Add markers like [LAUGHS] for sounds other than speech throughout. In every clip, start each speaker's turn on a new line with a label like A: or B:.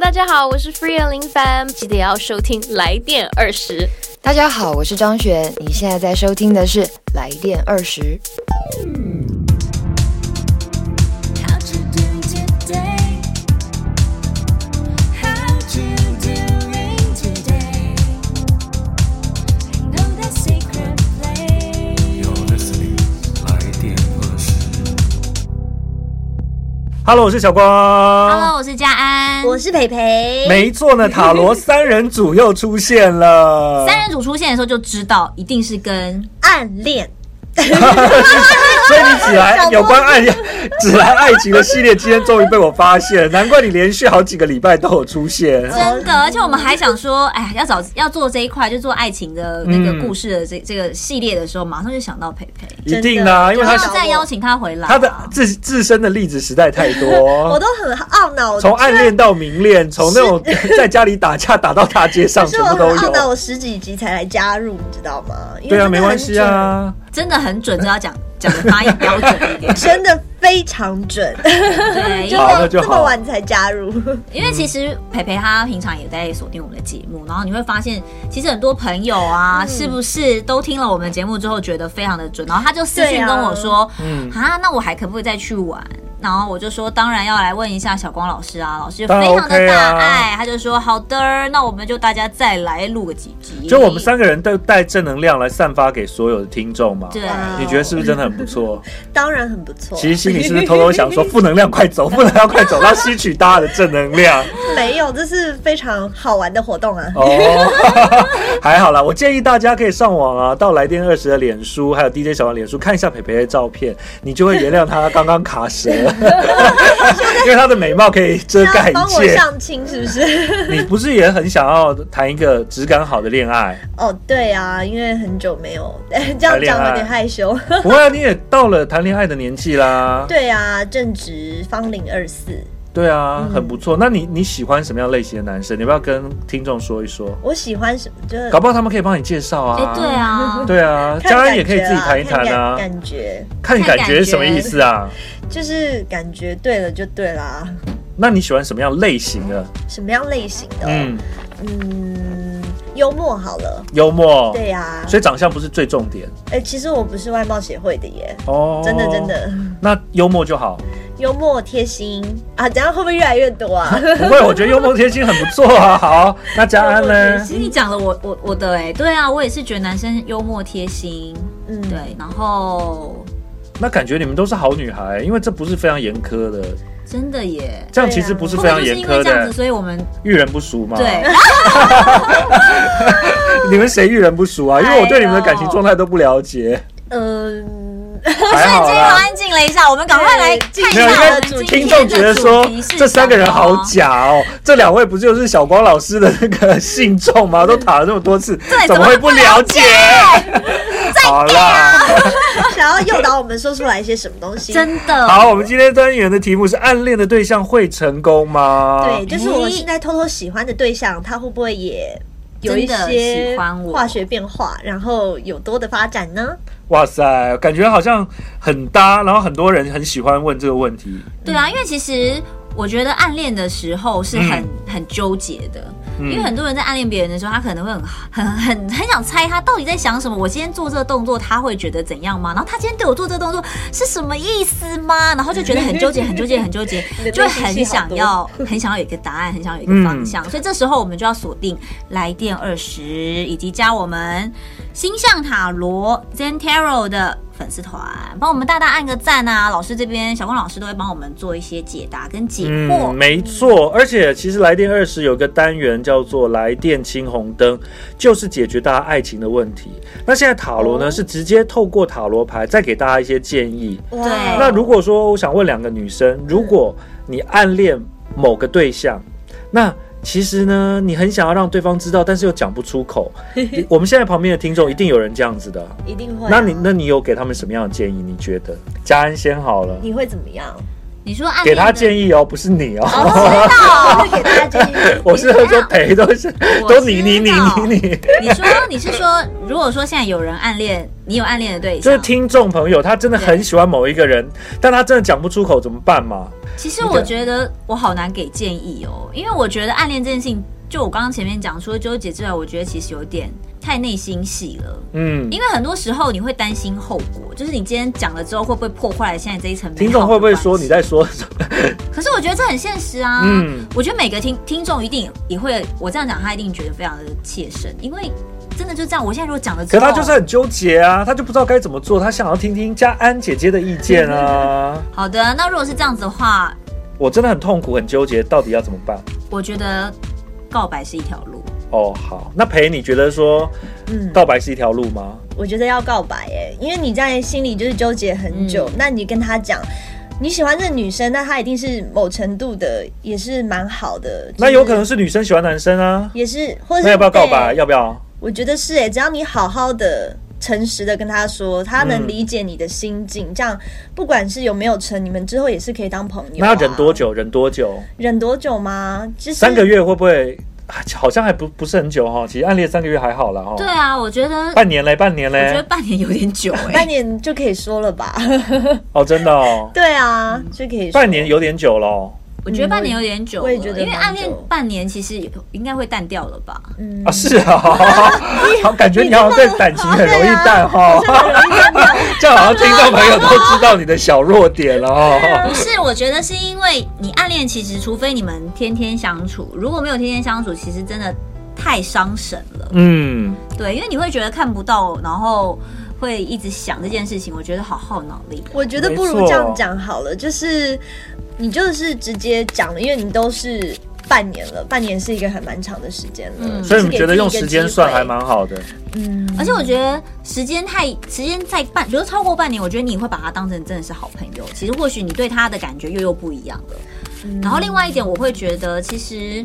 A: 大家好，我是 Free 零三，记得要收听来电二十。
B: 大家好，我是张璇，你现在在收听的是《来电二十》。
C: How'd you do today? How'd you doing today? I know that secret place.
D: You're listening，来电二十。
E: Hello，我是小光。
F: Hello，我是佳安，
G: 我是培培，
E: 没错呢，塔罗三人组又出现了。
F: 三人组出现的时候就知道一定是跟
G: 暗恋
E: [LAUGHS] 所以你只来有关爱，只来爱情的系列，今天终于被我发现，难怪你连续好几个礼拜都有出现。
F: 真的，而且我们还想说，哎，要找要做这一块，就做爱情的那个故事的这、这个系列的时候，马上就想到培培，
E: 一定啦、嗯因为他
F: 然后再邀请他回来啊、
E: 他的自自身的例子实在太
G: 我
E: 多，
G: 都很懊恼，
E: 哦从暗恋到明恋，从那种在家里打架打到大街上，
G: [LAUGHS] 可是
E: 全
G: 我
E: 部都
G: 很懊恼，
E: 有。
G: 我十几集才来加入，你知道吗？因为
E: 对啊，
G: 真的
E: 没
G: 很
E: 关系啊。
F: 真的很准，就要讲讲的发音标准一点，
G: 准，真的非常准，
F: 对，
E: [LAUGHS]
F: 因
G: 这
F: 为
E: 好
G: 么
E: 那就
G: 这
E: 好
G: 么晚才加入，
F: 因为其实培培他平常也在锁定我们的节目，然后你会发现，其实很多朋友
E: 嗯
F: 啊，是不是都听了我们的节目之后觉得非常的准，然后他就私
G: 对
F: 信
G: 啊
F: 跟我说，
E: 嗯
F: 啊，那我还可不可以再去玩？然后我就说，当然要来问一下小光老师啊，老师就非
E: 当然
F: 常的
E: OK 啊
F: 大爱，他就说好的，那我们就大家再来录个几集，
E: 就我们三个人都带正能量来散发给所有的听众嘛。
F: 对。
E: 你觉得是不是真的很不错？
G: 当然啊很不错。
E: 其实心里是不是偷偷想说，负能量快走，负能量快走，要吸取大家的正能量
G: 没有，这是非常好玩的活动啊。
E: 哦。 [LAUGHS] 还好啦，我建议大家可以上网啊，到来电二十的脸书，还有 DJ 小王脸书看一下培培的照片，你就会原谅他刚刚卡舌，因为他的美貌可以遮
G: 要
E: 盖一
G: 帮我
E: 切。
G: 相亲是
E: [LAUGHS]
G: 不是？
E: 你不是也很想要谈一个质感好的恋爱？
G: 哦，对啊，因为很久没有 [LAUGHS] 这
E: 谈
G: 样
E: 恋爱
G: 讲有点害羞。
E: 不会啊，你也到了谈恋爱的年纪啦。
G: 对啊，正值芳龄二四，
E: 对啊，很不错。那你你喜欢什么样类型的男生？你要不要跟听众说一说？
G: 我喜欢什么？就是
E: 搞不好他们可以帮你介绍啊。
F: 哎、对啊，
E: 对啊，
G: 看
E: 家
G: 感
E: 人也可以
G: 觉
E: 自己
G: 啦
E: 谈一
G: 看
E: 谈啊。
G: 感感觉
E: 看感觉是什么意思啊？
G: 就是感觉对了就对啦。
E: 那你喜欢什么样类型的？
G: 什么样类型的？
E: 嗯
G: 嗯，幽默好了。
E: 幽默。
G: 对啊呀、
E: 哦所以长相不是最重点
G: 哎、其实我不是外貌协会的耶，
E: 哦。
G: 真的真。的，
E: 那幽默就好，
G: 幽默贴心啊，这样会不会越来越
E: [LAUGHS]
G: 多啊？
E: 不会，我觉得幽默贴心很不错啊。好，那嘉安呢？
F: 其实你讲了我我我的哎、对啊，我也是觉得男生幽默贴心，
G: 嗯，
F: 对，然后
E: 那感觉你们都是好女孩，因为这不是非常严苛的，
F: 真的耶。
E: 这样
G: 对啊
E: 其实不是
F: 会不
E: 非
F: 会
E: 常
F: 就
E: 严
F: 是因
E: 苛
F: 为这样子，
E: 的，啊
F: 所以我们
E: 遇人不淑嘛。
F: 对，
E: 你们谁遇人不淑啊？因为我对你们的感情
F: 哎呦
E: 状态都不了解。
G: 嗯，
E: 还好
F: [LAUGHS] 今天又
E: 啦。
F: 安静了一下，我们赶快来看一
E: 没有，因
F: 下我
E: 为
F: 们今
E: 听
F: 天
E: 众觉得
F: 的
E: 说
F: 主题是
E: 这三个人
F: 什么
E: 好假哦，这两位不就是小光老师的那个信众吗？都打了这么多次，怎么会不了解？ [LAUGHS] 好啦，
G: 想要诱导我们说出来一些什么东西？
F: 真的
E: 好，我们今天单元的题目是暗恋的对象会成功吗？
G: 对，就是我现在偷偷喜欢的对象，他会不会也有一
F: 真的
G: 些
F: 喜欢我
G: 化学变化，然后有多的发展呢？
E: 哇塞，感觉好像很搭，然后很多人很喜欢问这个问题。
F: 对
G: 嗯
F: 啊，因为其实我觉得暗恋的时候是很、很纠结的，
G: 嗯
F: 因为很多人在暗恋别人的时候，他可能会很 [LAUGHS] 很很很想猜他到底在想什么。我今天做这个动作，他会觉得怎样吗？然后他今天对我做这个动作是什么意思吗？然后就觉得很纠结，很纠结，
G: [LAUGHS]
F: 很纠结，
G: 你的
F: 就会
G: 内心戏
F: 很想
G: 好多嗯
F: 要 [LAUGHS] 很想要有一个答案，很想要有一个方向。所以这时候我们就要锁定来电二十，以及加我们星象塔罗 Zentaro 的粉丝团，帮我们大大按个赞啊！老师这边，小光老师都会帮我们做一些解答跟解惑。
E: 嗯，没错，而且其实来电二十有个单元叫做“来电青红灯”，就是解决大家爱情的问题。那现在塔罗呢、
G: 哦
E: 是直接透过塔罗牌再给大家一些建议。
G: 哇
F: 对
E: 那如果说我想问两个女生，如果你暗恋某个对象，那其实呢你很想要让对方知道，但是又讲不出
G: [LAUGHS]
E: 口。我们现在旁边的听众一定有人这样子的，
G: 一定会啊、
E: 那你那你有给他们什么样的建议？你觉得？嘉安先好了。
G: 你会怎么样？
F: 你你说暗
E: 给
F: 恋
E: 他
F: 的
E: 建议哦，不是你哦，
F: 哦，知道
G: [LAUGHS] 我是给大家建议，
E: 我是说 [LAUGHS] 陪都是
F: 啊我
E: 都你你
F: 知
E: 你
F: 道
E: 你你， [LAUGHS]
F: 你说你是说，如果说现在有人暗恋，你有暗恋的对
E: 就是
F: 象，
E: 听众朋友他真的很喜欢某一个人，但他真的讲不出口怎么办嘛？
F: 其实我觉得我好难给建议哦，因为我觉得暗恋这件事情，就我刚刚前面讲，除了纠结之外，我觉得其实有点太内心戏了。
E: 嗯，
F: 因为很多时候你会担心后果，就是你今天讲了之后会不会破坏了现在这一层。
E: 听众会不会说你？在说什么？
F: 可是我觉得这很现实啊。
E: 嗯
F: 我觉得每个听听众一定也会，我这样讲他一定觉得非常的切身，因为真的就这样。我现在如果讲了之
E: 可
F: 后，
E: 他就是很纠结啊，他就不知道该怎么做，他想要听听佳安姐姐的意见啊。
F: 好的。那如果是这样子的话，
E: 我真的很痛苦，很纠结，到底要怎么办？
F: 我觉得告白是一条路。
E: 哦，好，那陪你觉得说
G: 嗯，
E: 告白是一条路吗？
F: 嗯
G: 我觉得要告白哎、因为你在心里就是纠结很久，
F: 嗯
G: 那你跟他讲。你喜欢这个女生，那她一定是某程度的，也是蛮好的。就是
E: 那有可能是女生喜欢男生啊，
G: 也是，或者是
E: 那要不要告白？
G: 对
E: 要不
F: 啊
E: 要？
G: 我觉得是欸诶、只要你好好的、诚实的跟他说，他
E: 嗯
G: 能理解你的心境，这样不管是有没有成，你们之后也是可以当朋友、
E: 那要忍多？久？忍多久？
G: 忍多久吗？就是
E: 三个月会不会？啊好像还不不是很久哈、其实暗恋三个月还好啦哈、
F: 对啊，我觉得
E: 半年嘞，半年
F: 我觉得
E: 嘞，
F: 半年有点久哎、
G: 半年就可以说了吧？ [LAUGHS]
E: 哦，真的
F: [LAUGHS]
E: 哦，
G: 对啊，就可以说
E: 半年有点久哦咯。
F: 我觉得半年有点久了，
G: 我也觉得
F: 因为暗
G: 蛮
F: 恋
G: 久
F: 半年其实有应该会淡掉了吧？
G: 嗯
E: 啊，是
F: [LAUGHS]
E: 啊，好，感觉你好像对感情很容易淡哈， [LAUGHS] 这样好像听众朋友都知道你的小弱点了
F: [LAUGHS]
E: 哦。
F: 不是，我觉得是因为你暗恋，其实除非你们天天相处，如果没有天天相处，其实真的太伤神了。
E: 嗯，
F: 对，因为你会觉得看不到，然后会一直想这件事情，我觉得好耗脑力。
G: 我觉得不
E: 没
G: 如
E: 错
G: 这样讲好了，就是你就是直接讲了，因为你都是半年了，半年是一个还蛮长的时间了，
F: 嗯
E: 所以你们觉得用
G: 就是
E: 时
G: 给自己
E: 间
G: 一个机会
E: 算还蛮好的，
G: 嗯，
F: 而且我觉得时间太时间在半，比如超过半年，我觉得你会把他当成真的是好朋友。其实或许你对他的感觉又又不一样了。
G: 嗯
F: 然后另外一点，我会觉得其实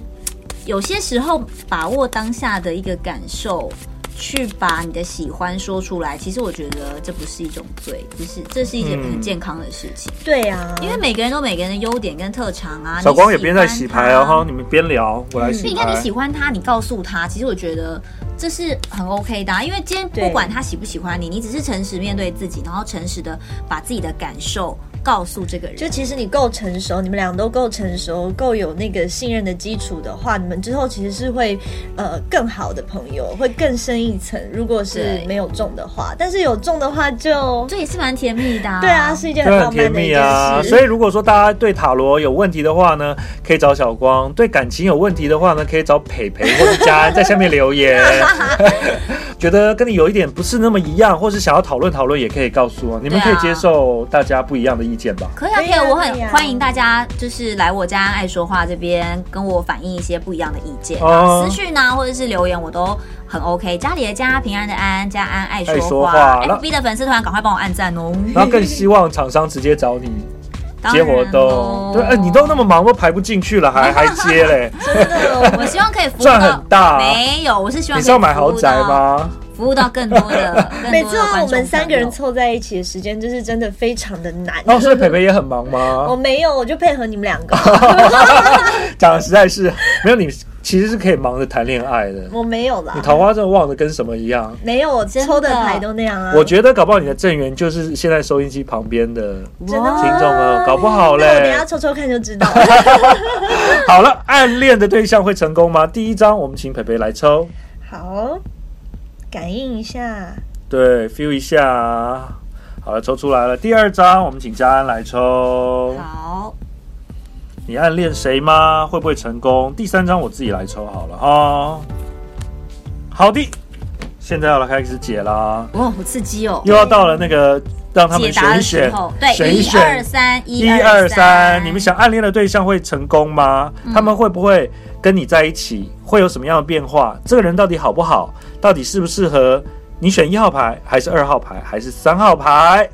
F: 有些时候把握当下的一个感受，去把你的喜欢说出来，其实我觉得这不是一种罪，不是这是一件
E: 嗯
F: 很健康的事情。
G: 对啊，
F: 因为每个人都有每个人的优点跟特长啊。
E: 小光也
F: 你喜欢
E: 边在洗牌哦，
F: 他
E: 哈，你们边聊，我来
F: 所
E: 洗
F: 以你看，你
E: 牌
F: 喜。欢他，你告诉他，其实我觉得这是很 OK 的、啊，因为今天不
G: 对
F: 管他喜不喜欢你，你只是诚实面对自己，然后诚实的把自己的感受告诉这个人。
G: 就其实你够成熟，你们俩都够成熟，够有那个信任的基础的话，你们之后其实是会呃更好的朋友，会更深一层。如果是
F: 对
G: 没有中的话，但是有中的话就
F: 这也是蛮甜蜜的、啊。
G: 对啊，是一件很
E: 对，很
G: 浪
E: 甜
G: 漫的一
E: 蜜
G: 件
E: 啊！
G: 事。
E: 所以如果说大家对塔罗有问题的话呢，可以找小光；对感情有问题的话呢，可以找培培或者佳安在下面留
F: [LAUGHS]
E: 言。觉得跟你有一点不是那么一样，或是想要讨论讨论，也可以告诉我。你们可
F: 对
E: 以
F: 啊
E: 接受大家不一样的意见吧？
F: 可以啊，可
G: 可
F: 以
G: 以
F: 啊，
G: 啊
F: 我
G: 可以
F: 很
G: 啊
F: 欢迎大家，就是来我家爱说话这边跟我反映一些不一样的意见啊，
E: 哦
F: 私讯啊，或者是留言，我都很 OK。家里的家，平安的安，家安爱
E: 爱
F: 说
E: 说
F: 话
E: 话那
F: ，FB 的粉丝团赶快帮我按赞哦。
E: 然后更希望厂商直接找你
F: 当
E: 接
F: 然哦
E: 活动
F: 咯。
E: 对，哎、你都那么忙，都排不进去了，
F: [LAUGHS]
E: 还还接嘞？
G: 真的，哦
F: 我希望可以服务
E: 赚
F: 到
E: 很大
F: 没有，我是希望
E: 你
F: 可以
E: 是要买
F: 服务
E: 豪宅
F: 到？
E: 吗？
F: 服务到更多
E: [LAUGHS]
F: 的，更多的
G: 每次
F: 观
G: 啊，
F: 众
G: 我们三个人
F: 朋友
G: 凑在一起的时间，就是真的非常的难。
E: 哦，所以培培也很忙
F: [LAUGHS]
E: 吗？
G: 我没有，我就配合你们两
E: [LAUGHS]
G: 个。
E: 讲的实在是没有你，其实是可以忙着谈恋爱的。
G: 我没有
E: 你
G: 啦，
E: 桃花真的旺的跟什么一
F: 嗯
E: 样。
G: 没有，我
F: 真的
G: 抽的牌都那样啊。
E: 我觉得搞不好你的正缘就是现在收音机旁边的
G: 真的吗
E: 听众啊，搞不好
G: 那我等一
E: 嘞
G: 下。抽抽看就
E: [LAUGHS]
G: 知道。
E: 好了，暗恋的对象会成功吗？第一张我们请培培来抽，
G: 好，感应一下。
E: 对，feel 一下。好了，抽出来了。第二张我们请佳安来抽。
F: 好，
E: 你暗恋谁吗？会不会成功？第三张我自己来抽好了哈。好的，现在要来开始解啦，
F: 哇，好刺激哦！
E: 又要到了那个让他们
F: 解
E: 选
F: 答的
E: 一选
F: 时候，，对，
E: 选一
F: 一
E: 选
F: 二。三，
E: 一二三，你们想暗恋的对象会成功吗？他们会不会跟你在一起？会有什么样的变化？这个人到底好不好？到底适不适合？你选一号牌还是二号牌还是三号牌？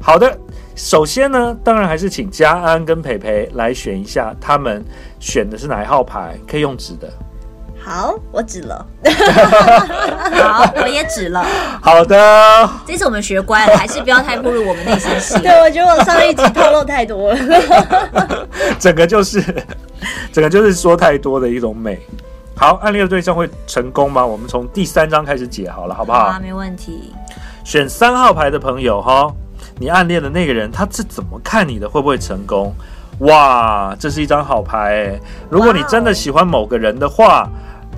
E: 好的，首先呢，当然还是请嘉安跟培培来选一下，他们选的是哪一号牌，可以用纸的。
G: 好，我指了。
F: 好，我也指了。
E: 好的，
F: 这次我们学
E: [LAUGHS]
F: 乖了，还是不要太暴露我们内心戏。
G: 对，我觉得我上一集透露太多了。 [LAUGHS]
E: 整个就是 [LAUGHS] 整个就是说太多的一种美。好，暗恋的对象会成功吗？我们从第三章开始解好了，好不好？
F: 啊，没问题。
E: 选三号牌的朋友哈，你暗恋的那个人他是怎么看你的？会不会成功？哇，这是一张好牌诶、如果你真
G: 哦
E: 的喜欢某个人的话，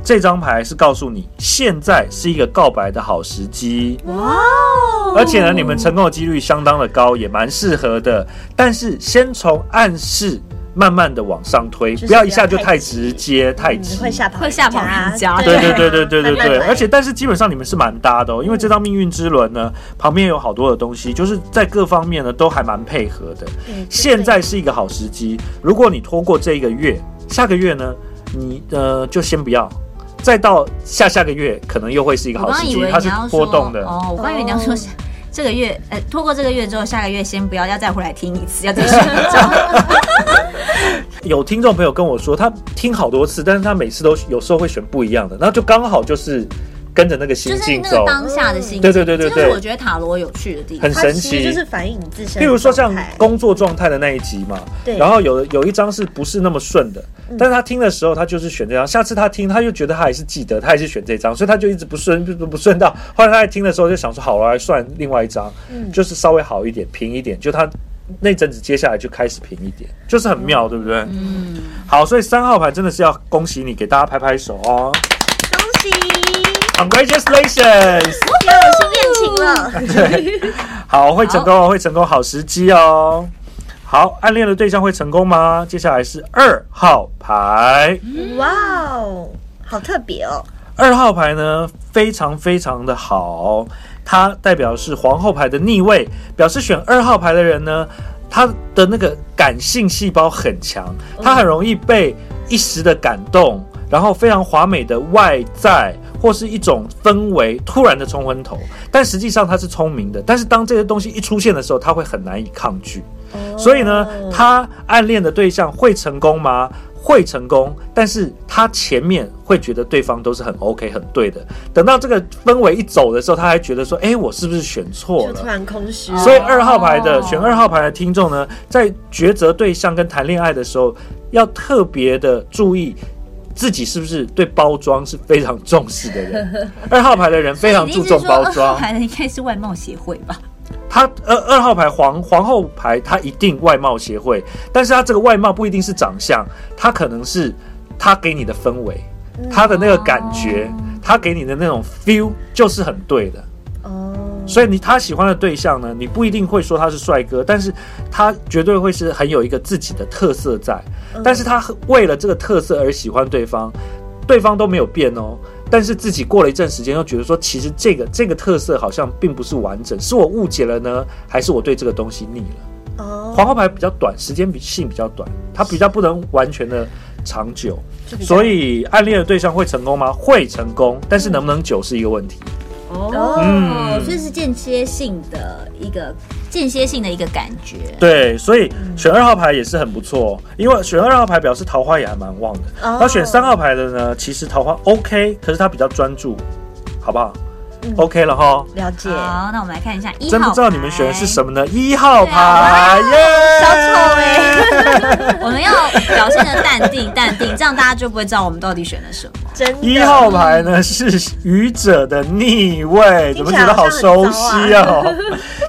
E: 这张牌是告诉你现在是一个告白的好时机。
F: 哇哦
E: 而且呢，你们成功的几率相当的高，也蛮适合的。但是先从暗示慢慢的往上推，
G: 就是
E: 不要一下
G: 不
E: 就
G: 要太
E: 太直接、太
G: 嗯
E: 急。
G: 会吓跑
F: 会吓跑人家
E: 对
F: 对
E: 对对对对对
G: 慢慢
E: 对，
G: 来
E: 而且但是基本上你们是蛮搭的哦，因为这张命运之轮呢，旁边有好多的东西，就是在各方面呢都还蛮配合的。
G: 嗯对
E: 现在是一个好时机，如果你拖过这一个月，下个月呢，你呃就先不要，再到下下个月可能又会是一个
F: 我
E: 好
F: 刚
E: 时
F: 以
E: 机，
F: 为
E: 它
F: 你
E: 是
F: 要说
E: 波动的。
F: 哦，我刚以为你要说是这个月，呃，拖过这个月之后，下个月先不要，要再回来听一次，要再选一张。
E: 有听众朋友跟我说，他听好多次，但是他每次都有时候会选不一样的，然后就刚好就是跟着那个
F: 就
E: 心
F: 是
E: 境
F: 那个
E: 走。
F: 当下的心情，
E: 对对对对
F: 这就是
E: 对
F: 我觉得塔罗有趣的地方
E: 很。
G: 它
E: 神
G: 其
E: 奇
G: 实就是反映你自身的状态。
E: 譬如说像工作状态的那一集嘛，
G: 对
E: 然后有的有一张是不是那么顺的，但是他听的时候他就是选这张，下次他听他又觉得他还是记得，他还是选这张，所以他就一直不顺不不顺到，后来他在听的时候就想说好了，来算另外一张，
G: 嗯
E: 就是稍微好一点平一点，就他那阵子接下来就开始平一点，就是很妙，对不对？嗯，好，所以三号牌真的是要恭喜你，给大家拍拍手哦
G: 恭喜，
E: ，Congratulations！
G: 又是恋情了。
E: 好，会成功哦，会成功，好时机哦。好，暗恋的对象会成功吗？接下来是二号牌，
G: 哇哦，好特别哦。
E: 二号牌呢非常非常的好，它代表是皇后牌的逆位，表示选二号牌的人呢，他的那个感性细胞很强，他很容易被一时的感动，然后非常华美的外在。或是一种氛围突然的冲昏头，但实际上他是聪明的，但是当这些东西一出现的时候，他会很难以抗拒。所以呢，他暗恋的对象会成功吗？会成功，但是他前面会觉得对方都是很 OK、很对的。等到这个氛围一走的时候，他还觉得说：“哎，我是不是选错
G: 就
E: 了
G: 突？”然空虚。
E: 所以二号牌的
F: 哦
E: 选二号牌的听众呢，在抉择对象跟谈恋爱的时候，要特别的注意自己是不是对包装是非常重视的
F: [LAUGHS]
E: 人。二号牌的人非常
F: 你的
E: 注
F: 意思
E: 重
F: 是说
E: 包
F: 二 [LAUGHS]
E: 装
F: 号，牌的应该是外貌协会吧？
E: 他二二号牌皇皇后牌，他一定外貌协会，但是他这个外貌不一定是长相，他可能是他给你的氛围，
F: 嗯
E: 他的那个感觉，他给你的那种 feel 就是很对的。
G: 哦，
E: 所以你他喜欢的对象呢，你不一定会说他是帅哥，但是他绝对会是很有一个自己的特色在。
G: 嗯
E: 但是他为了这个特色而喜欢对方，对方都没有变哦。但是自己过了一阵时间，又觉得说，其实这个这个特色好像并不是完整，是我误解了呢，还是我对这个东西腻了？
G: 哦，
E: 皇后牌比较短，时间比性比较短，它比较不能完全的长久，
G: 就比较
E: 所以暗恋的对象会成功吗？会成功，但是能不能久是一个问题。
F: 哦，
E: 嗯
F: 所以是间歇性的一个间歇性的一个感觉。
E: 对，所以选二号牌也是很不错，哦因为选二号牌表示桃花也还蛮旺的。
G: 哦
E: 然后选三号牌的呢，其实桃花 OK，可是他比较专注，好不好、
G: 嗯
E: o k 了哈。
G: 了解。
F: 好，那我们来看一下一号
E: 真不知道你们选的是什么呢？一号
F: 对
E: 牌，
F: 啊
E: 耶！小丑哎，
F: 么，我们要表现的淡定淡定，这样大家就不会知道我们到底选了什么。
G: 真的
E: 一号牌呢是愚者的逆位，怎
G: 听
E: 么
G: 起
E: 觉
G: 来
E: 得
G: 好像
E: 熟
G: 很糟啊
E: 悉哦？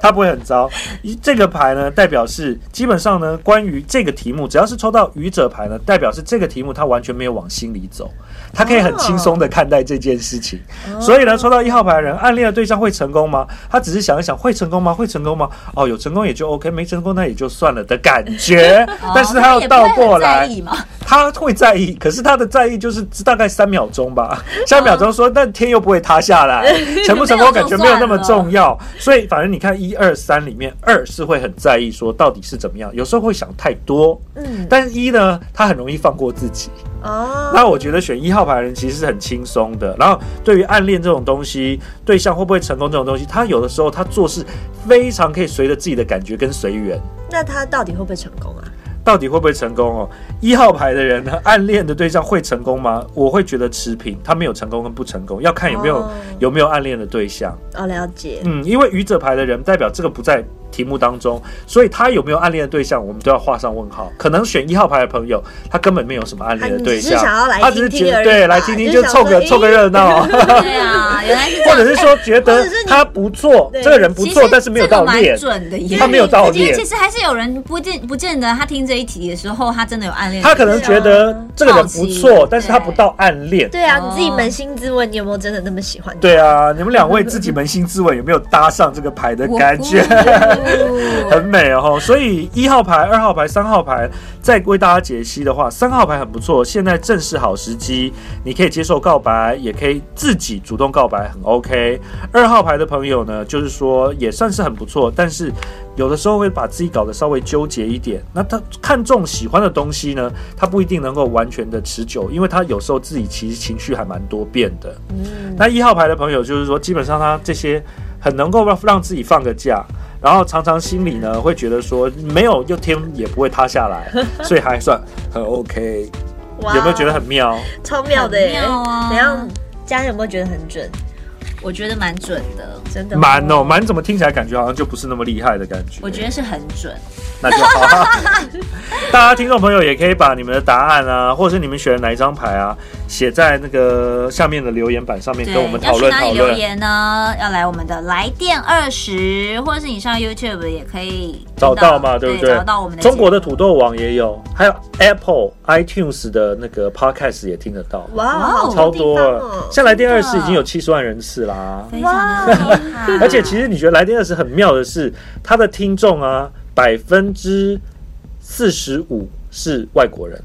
E: 它不会很糟。一这个牌呢，代表是基本上呢，关于这个题目，只要是抽到愚者牌呢，代表是这个题目他完全没有往心里走，他可以很轻松的看待这件事情。所以呢，抽到一号牌的人，暗恋的对象会成功吗？他只是想一想，会成功吗？会成功吗？哦，有成功也就 OK，没成功那也就算了的感觉
F: 哦。
E: [LAUGHS] [LAUGHS] 但是他要
F: 也不会
E: 倒
F: 很
E: 过
F: 在
E: 来，
F: 意嘛。
E: 他会在意，可是他的在意就是大概三秒钟吧，三秒钟说，但天又不会塌下来，成不成功感觉没有那么重要，所以反正你看一二三里面，二是会很在意说到底是怎么样，有时候会想太多，
G: 嗯
E: 但是一呢，他很容易放过自己。
G: 哦，
E: 那我觉得选一号牌的人其实是很轻松的。然后对于暗恋这种东西，对象会不会成功这种东西，他有的时候他做事非常可以随着自己的感觉跟随缘。
G: 那他到底会不会成功啊？
E: 到底会不会成功哦？一号牌的人呢，暗恋的对象会成功吗？我会觉得持平，他没有成功跟不成功，要看有没有、
G: 哦
E: 有没有暗恋的对象。
G: 哦，了解，
E: 嗯，因为愚者牌的人代表这个不在题目当中，所以他有没有暗恋的对象，我们都要画上问号。可能选一号牌的朋友，他根本没有什么暗恋的
G: 啊
E: 对
G: 你只是
E: 象，
G: 想要来
E: 他只是
G: 听听
E: 觉得
G: 而已
E: 对
G: 吧
E: 来听听就
G: 就想
E: 凑个
G: 说
E: 凑个热
G: [LAUGHS]
E: 闹，
F: 对啊，原来是这
E: 或
F: 样。
E: 者是说觉得
G: 或者是你
E: 他不错，
G: 对
E: 这个人 [LAUGHS] 不
F: 其实
E: 错，但是没有
F: 这个
E: 到
F: 蛮
E: 恋，
F: 准的耶，
E: 他没有到
F: 因为
E: 恋
F: 其实还是有人不见不见得，他听这一题的时候，他真的有暗恋。
E: 他可能觉得这个人不错
F: 好奇，
E: 但是他不到暗恋。
G: 对啊，
F: 哦
G: 你自己扪心自问，你有没有真的那么喜欢他？
E: 对啊，你们两位自己扪心自问，有没有搭上这个牌的感觉？ [LAUGHS] 很美哦，所以一号牌、二号牌、三号牌，再为大家解析的话，三号牌很不错，现在正是好时机，你可以接受告白，也可以自己主动告白，很 OK。二号牌的朋友呢，就是说也算是很不错，但是有的时候会把自己搞得稍微纠结一点。那他看重喜欢的东西呢，他不一定能够完全的持久，因为他有时候自己其实情绪还蛮多变的。
G: 嗯
E: 那一号牌的朋友就是说，基本上他这些很能够让让自己放个假，然后常常心里呢会觉得说没有又天也不会塌下
F: [LAUGHS]
E: 来，所以还算很 OK。
F: 哦
G: 哇
E: 有没有觉得很妙？
G: 超妙的耶？
F: 很妙啊
G: 怎样？家人有没有觉得很准？
F: 我觉得蛮准的，
G: 真的
E: 蛮哦，蛮怎么听起来感觉好像就不是那么厉害的感觉？
F: 我觉得是很准。
E: 那就好。 [LAUGHS] 大家听众朋友也可以把你们的答案啊，或者是你们选的哪一张牌啊，写在那个下面的留言板上面
F: 对，
E: 跟我们讨论
F: 要去
E: 讨
F: 哪里留
E: 论。
F: 言呢？要来我们的来电二十，或者是你上 YouTube 也可以听
E: 找到嘛，对不对？
F: 找到我们的
E: 中国的
F: 节
E: 土豆网也有，还有 Apple iTunes 的那个 Podcast 也听得到，
G: 哇，
F: 哇哦
G: 好
E: 超
G: 地方
E: 多
G: 哦
E: 了。像来电二十
F: 真
E: 已
F: 的
E: 经有七十万人次啦
F: 目，，非常的啊厉害。
E: 而且其实你觉得来电二十很妙的是，它的听众啊，百分之四十五是外国人，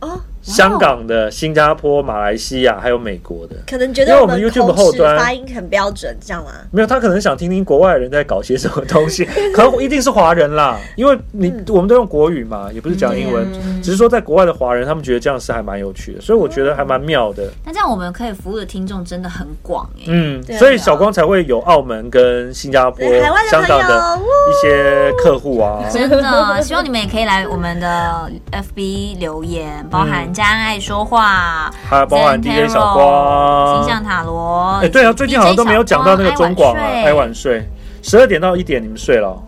G: 哦，
E: 香港的、新加坡、马来西亚还有美国的。
G: 可能觉
E: 因为
G: 得
E: 我们 YouTube
G: 口齿
E: 后端
G: 发音很标准，这样吗？
E: 没有，他可能想听听国外人在搞些什么东
G: [LAUGHS]
E: 西，可能一定是华人啦，因为你、
G: 嗯
E: 我们都用国语嘛，也不是讲英文，只是说在国外的华人，他们觉得这样是还蛮有趣的，所以我觉得还蛮妙的，
F: 那这样我们可以服务的听众真的很广哎、
E: 嗯，
G: 对啊
E: 所以小光才会有澳门跟新加坡、
G: 对海外的
E: 香港
G: 朋友
E: 的
G: 呜
E: 一些客户
G: [LAUGHS]
E: 啊，
F: 真的，希望你们也可以来我们的 FB 留言，包含家人爱说话，
E: 还有包含
F: Zen
E: DJ
F: Tarot，
E: 小光
F: 星，象塔罗。
E: 哎、对啊，最近好像都没有讲到那个中广啊，
F: 哀
E: 爱晚睡，十二点到一点你们睡了哦，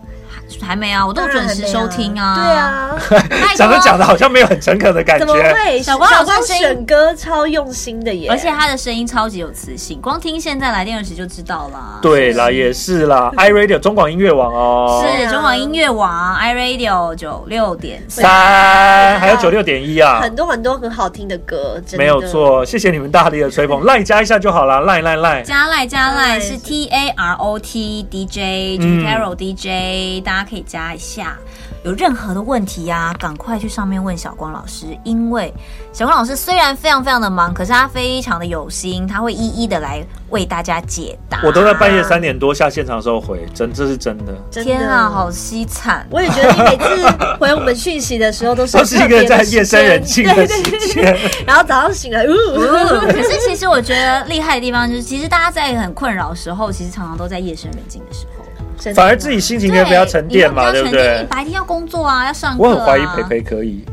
F: 还没啊，我都准时收听啊。
G: 对，啊，
F: 拜托
E: 讲着讲的好像没有很诚恳的
F: [LAUGHS]
E: 感
G: 怎么
E: 觉。
G: 会？
F: 小光老师声音
G: 选歌超用心的耶，
F: 而且他的声音超级有磁性，光听现在来电二十就知道啦。，
E: 对啦，也是啦，iRadio 中广音乐网哦，
F: 是
G: 啊
F: 中广音乐网 iRadio 九六点三。
E: 三，还有九六点一啊，
G: 很多很多很好听的歌，真的
E: 没有。错，谢谢你们大力的吹捧，赖加一下就好啦，赖赖赖，
F: 加赖加赖
G: 赖
F: 是
G: 是
F: T A R O T D J，就是
E: 嗯
F: Carol DJ，、大家可以加一下。有任何的问题呀、赶快去上面问小光老师，因为小光老师虽然非常非常的忙，可是他非常的有心，他会一一的来为大家解答。
E: 我都在半夜三点多下现场的时候回，真这是真的，
G: 真的
F: 天啊，好凄
E: [LAUGHS]
F: 惨！
G: 我也觉得你每次回我们讯息的时候都是
E: 这是一个在夜深人
G: 静
E: 静的时间，
G: 然后早上醒来，
F: 哦
G: 呜，
F: 可是其实我觉得厉害的地方就是，其实大家在很困扰的时候，其实常常都在夜深人静的时候，
G: 真的
E: 反而自己心情可以被他沉淀嘛，
F: 你
E: 对
F: 要
E: 不
F: 比较沉淀
E: 对
F: 你？白天要工作啊，要上课、
E: 我
F: 啊。
E: 很怀疑培培可以，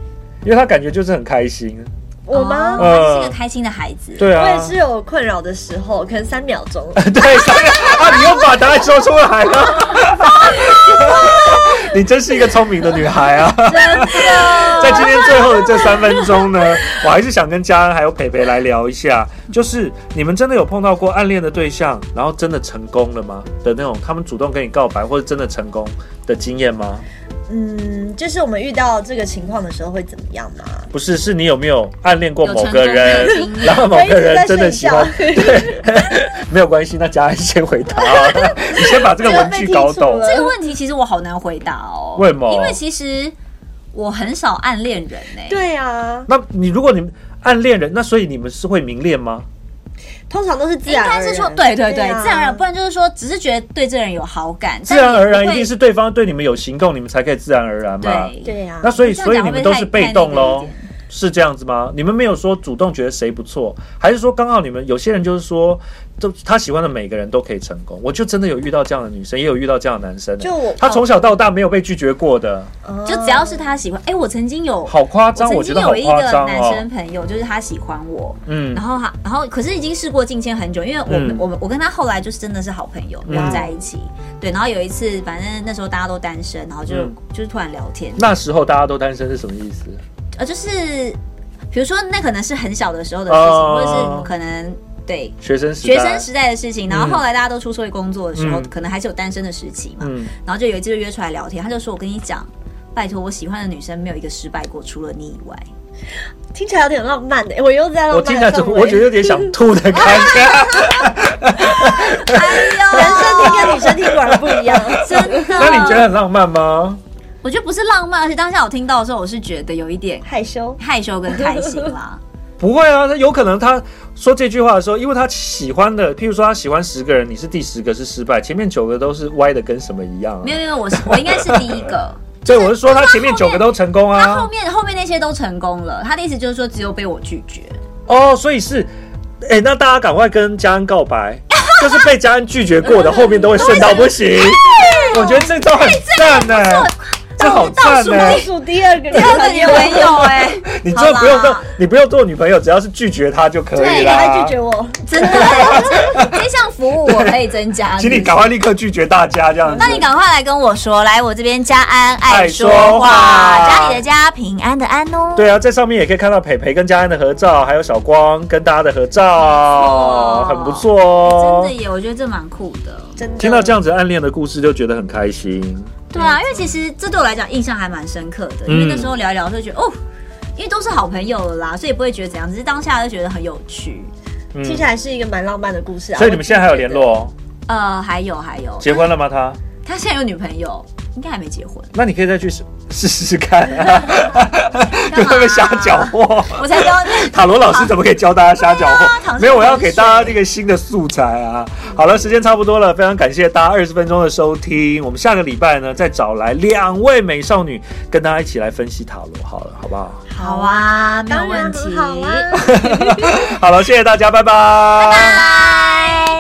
E: 因为他感觉就是很开心，
G: 我吗？
F: 哦他是一个开心的孩子。
E: 对
G: 我
E: 啊
G: 也，是有困扰的时候，可能三秒钟，
E: [LAUGHS] 对，三个啊，你又把答案说出来了， [LAUGHS] 你真是一个聪明的女孩啊！
G: 真的。
E: 在今天最后的这三分钟呢，我还是想跟嘉恩还有培培来聊一下，就是你们真的有碰到过暗恋的对象，然后真的成功了吗？的那种，他们主动跟你告白或者真的成功的经验吗？
G: 嗯，就是我们遇到这个情况的时候会怎么样吗？
E: 不是，是你有没有暗恋过某个
F: 有成
E: 人
F: 功的经，验
E: 然后
G: 哎
E: 某个人真的喜欢？
G: 我
E: 对， [LAUGHS] 没有关系，那嘉恩先回答，啊
F: [LAUGHS]
E: 你先把这个文具搞懂。
F: 这个问题其实我好难回答哦。
E: 为毛
F: 因为其实我很少暗恋人欸呢、
G: [LAUGHS] 对啊，
E: 那你如果你暗恋人，那所以你们是会明恋吗？
G: 通常都是自
F: 应
G: 然而然。
F: 该是说，对对对，
G: 啊
F: 自然而然，不然就是说，只是觉得对这个人有好感，
E: 自然而
F: 但
E: 然，
F: 你不
E: 一
F: 会
E: 定是对方对你们有行动，你们才可以自然而然嘛。
F: 对。
G: 对啊
E: 那。所以，所以
F: 这样讲
E: 你
F: 会
E: 们
F: 不会
E: 都
F: 太
E: 是被动喽
F: 太那个一点。
E: 是这样子吗？你们没有说主动觉得谁不错，还是说刚好你们有些人就是说，都他喜欢的每个人都可以成功？我就真的有遇到这样的女生，也有遇到这样的男生欸、
G: 就我
E: 他从小到大没有被拒绝过的，
G: 哦
F: 就只要是他喜欢，哎、我曾经有，
E: 好夸张，哦
F: 我
E: 我
F: 曾
E: 觉
F: 经
E: 得好
F: 有一
E: 夸
F: 个
E: 张
F: 男
E: 哦
F: 生。朋友，就是他喜欢我，
E: 嗯
F: 然后他，然后可是已经事过境迁很久，因为我们、
E: 嗯
F: 我们我跟他后来就是真的是好朋友，我们在一起。对，然后有一次，反正那时候大家都单身，然后就、
E: 嗯
F: 就是突然聊天，
E: 那时候大家都单身是什么意思？
F: 呃，就是比如说那可能是很小的时候的事情，
E: 哦
F: 或者是可能对
E: 学生时代，
F: 学生时代的事情，然后
E: 嗯
F: 后来大家都出社会工作的时候，
E: 嗯
F: 可能还是有单身的时期嘛。
E: 嗯，
F: 然后就有一次就约出来聊天，他就说：“我跟你讲，拜托，我喜欢的女生没有一个失败过，除了你以
E: [LAUGHS]
F: 外。”
G: 哦听起来有点浪漫的、哎我又在浪
E: 我
G: 漫的
E: 听起来怎
G: 氛
E: 么，
G: 围
E: 我觉得有点
G: [LAUGHS]
E: 想吐的感觉。 [LAUGHS]
F: 哎
G: 男生听跟女生听果然不一 [LAUGHS] 样。
F: 呦，真的？
E: 那你觉得很浪漫吗？
F: 我觉得不是浪漫，而且当下我听到的时候，我是觉得有一点
G: 害羞，
F: 害羞跟开心
E: [LAUGHS]
F: 啦。
E: 不会啊，那有可能他说这句话的时候，因为他喜欢的，譬如说他喜欢十个人，你是第十个是失败，前面九个都是歪的跟什么一样、啊
F: 没。有，没有，我是我应该是第一
E: [LAUGHS]
F: 个。
E: 所以我是说他前面九个都成功
F: 他后
E: 啊。
F: 面后面那些都成功了，他的意思就是说只有被我拒
E: [LAUGHS]
F: 绝。
E: 哦，所以是，哎、那大家赶快跟嘉恩告白，就是被嘉恩拒绝过的，后面都会顺到不行。我觉得这招很赞呢、这好赞呢、
G: 倒数第二个人，
F: 第二个你没有哎、
E: [LAUGHS] 你真的不用
F: 好啦
E: 做，你不用做女朋友，只要是拒绝他就可以
F: 对
E: 啦。
G: 他拒绝我，
F: 真的，这项服务我可以增加。
E: [LAUGHS] 请你赶快立刻拒绝大家这样子。
F: 那你赶快来跟我说，来我这边家安爱说
E: 爱说
F: 话，
E: 话
F: 家里的家平安的安哦。
E: 对啊，在上面也可以看到培培跟佳安的合照，还有小光跟大家的合照，很不错哦
F: 真的。耶，我觉得这蛮酷的。
G: 真的
E: 听到这样子暗恋的故事，就觉得很开心。
F: 对啊，因为其实这对我来讲印象还蛮深刻的，因为
E: 嗯
F: 那时候聊一聊就觉得哦，因为都是好朋友了啦，所以不会觉得怎样，只是当下就觉得很有趣。
E: 嗯，
G: 听起来是一个蛮浪漫的故事啊。
E: 所以你们现在还有联络哦？
F: 呃，还有还有，
E: 结婚了吗？他？
F: 他现在有女朋友，应该还没结婚。
E: 那你可以再去试试试看、你 [LAUGHS]
F: 干嘛啊
E: 会不会瞎搅和？
F: 我才刚
E: 塔罗老师怎么可以教大家瞎搅和？
F: 躺着
E: 没有，我要给大家这个新的素材啊！好了，时间差不多了，非常感谢大家二十分钟的收听。我们下个礼拜呢，再找来两位美少女跟大家一起来分析塔罗，好了，好不好？
F: 好啊，没有
G: 当然
F: 问题
G: 很。好啊。
E: 好了，谢谢大家，拜拜
F: 拜。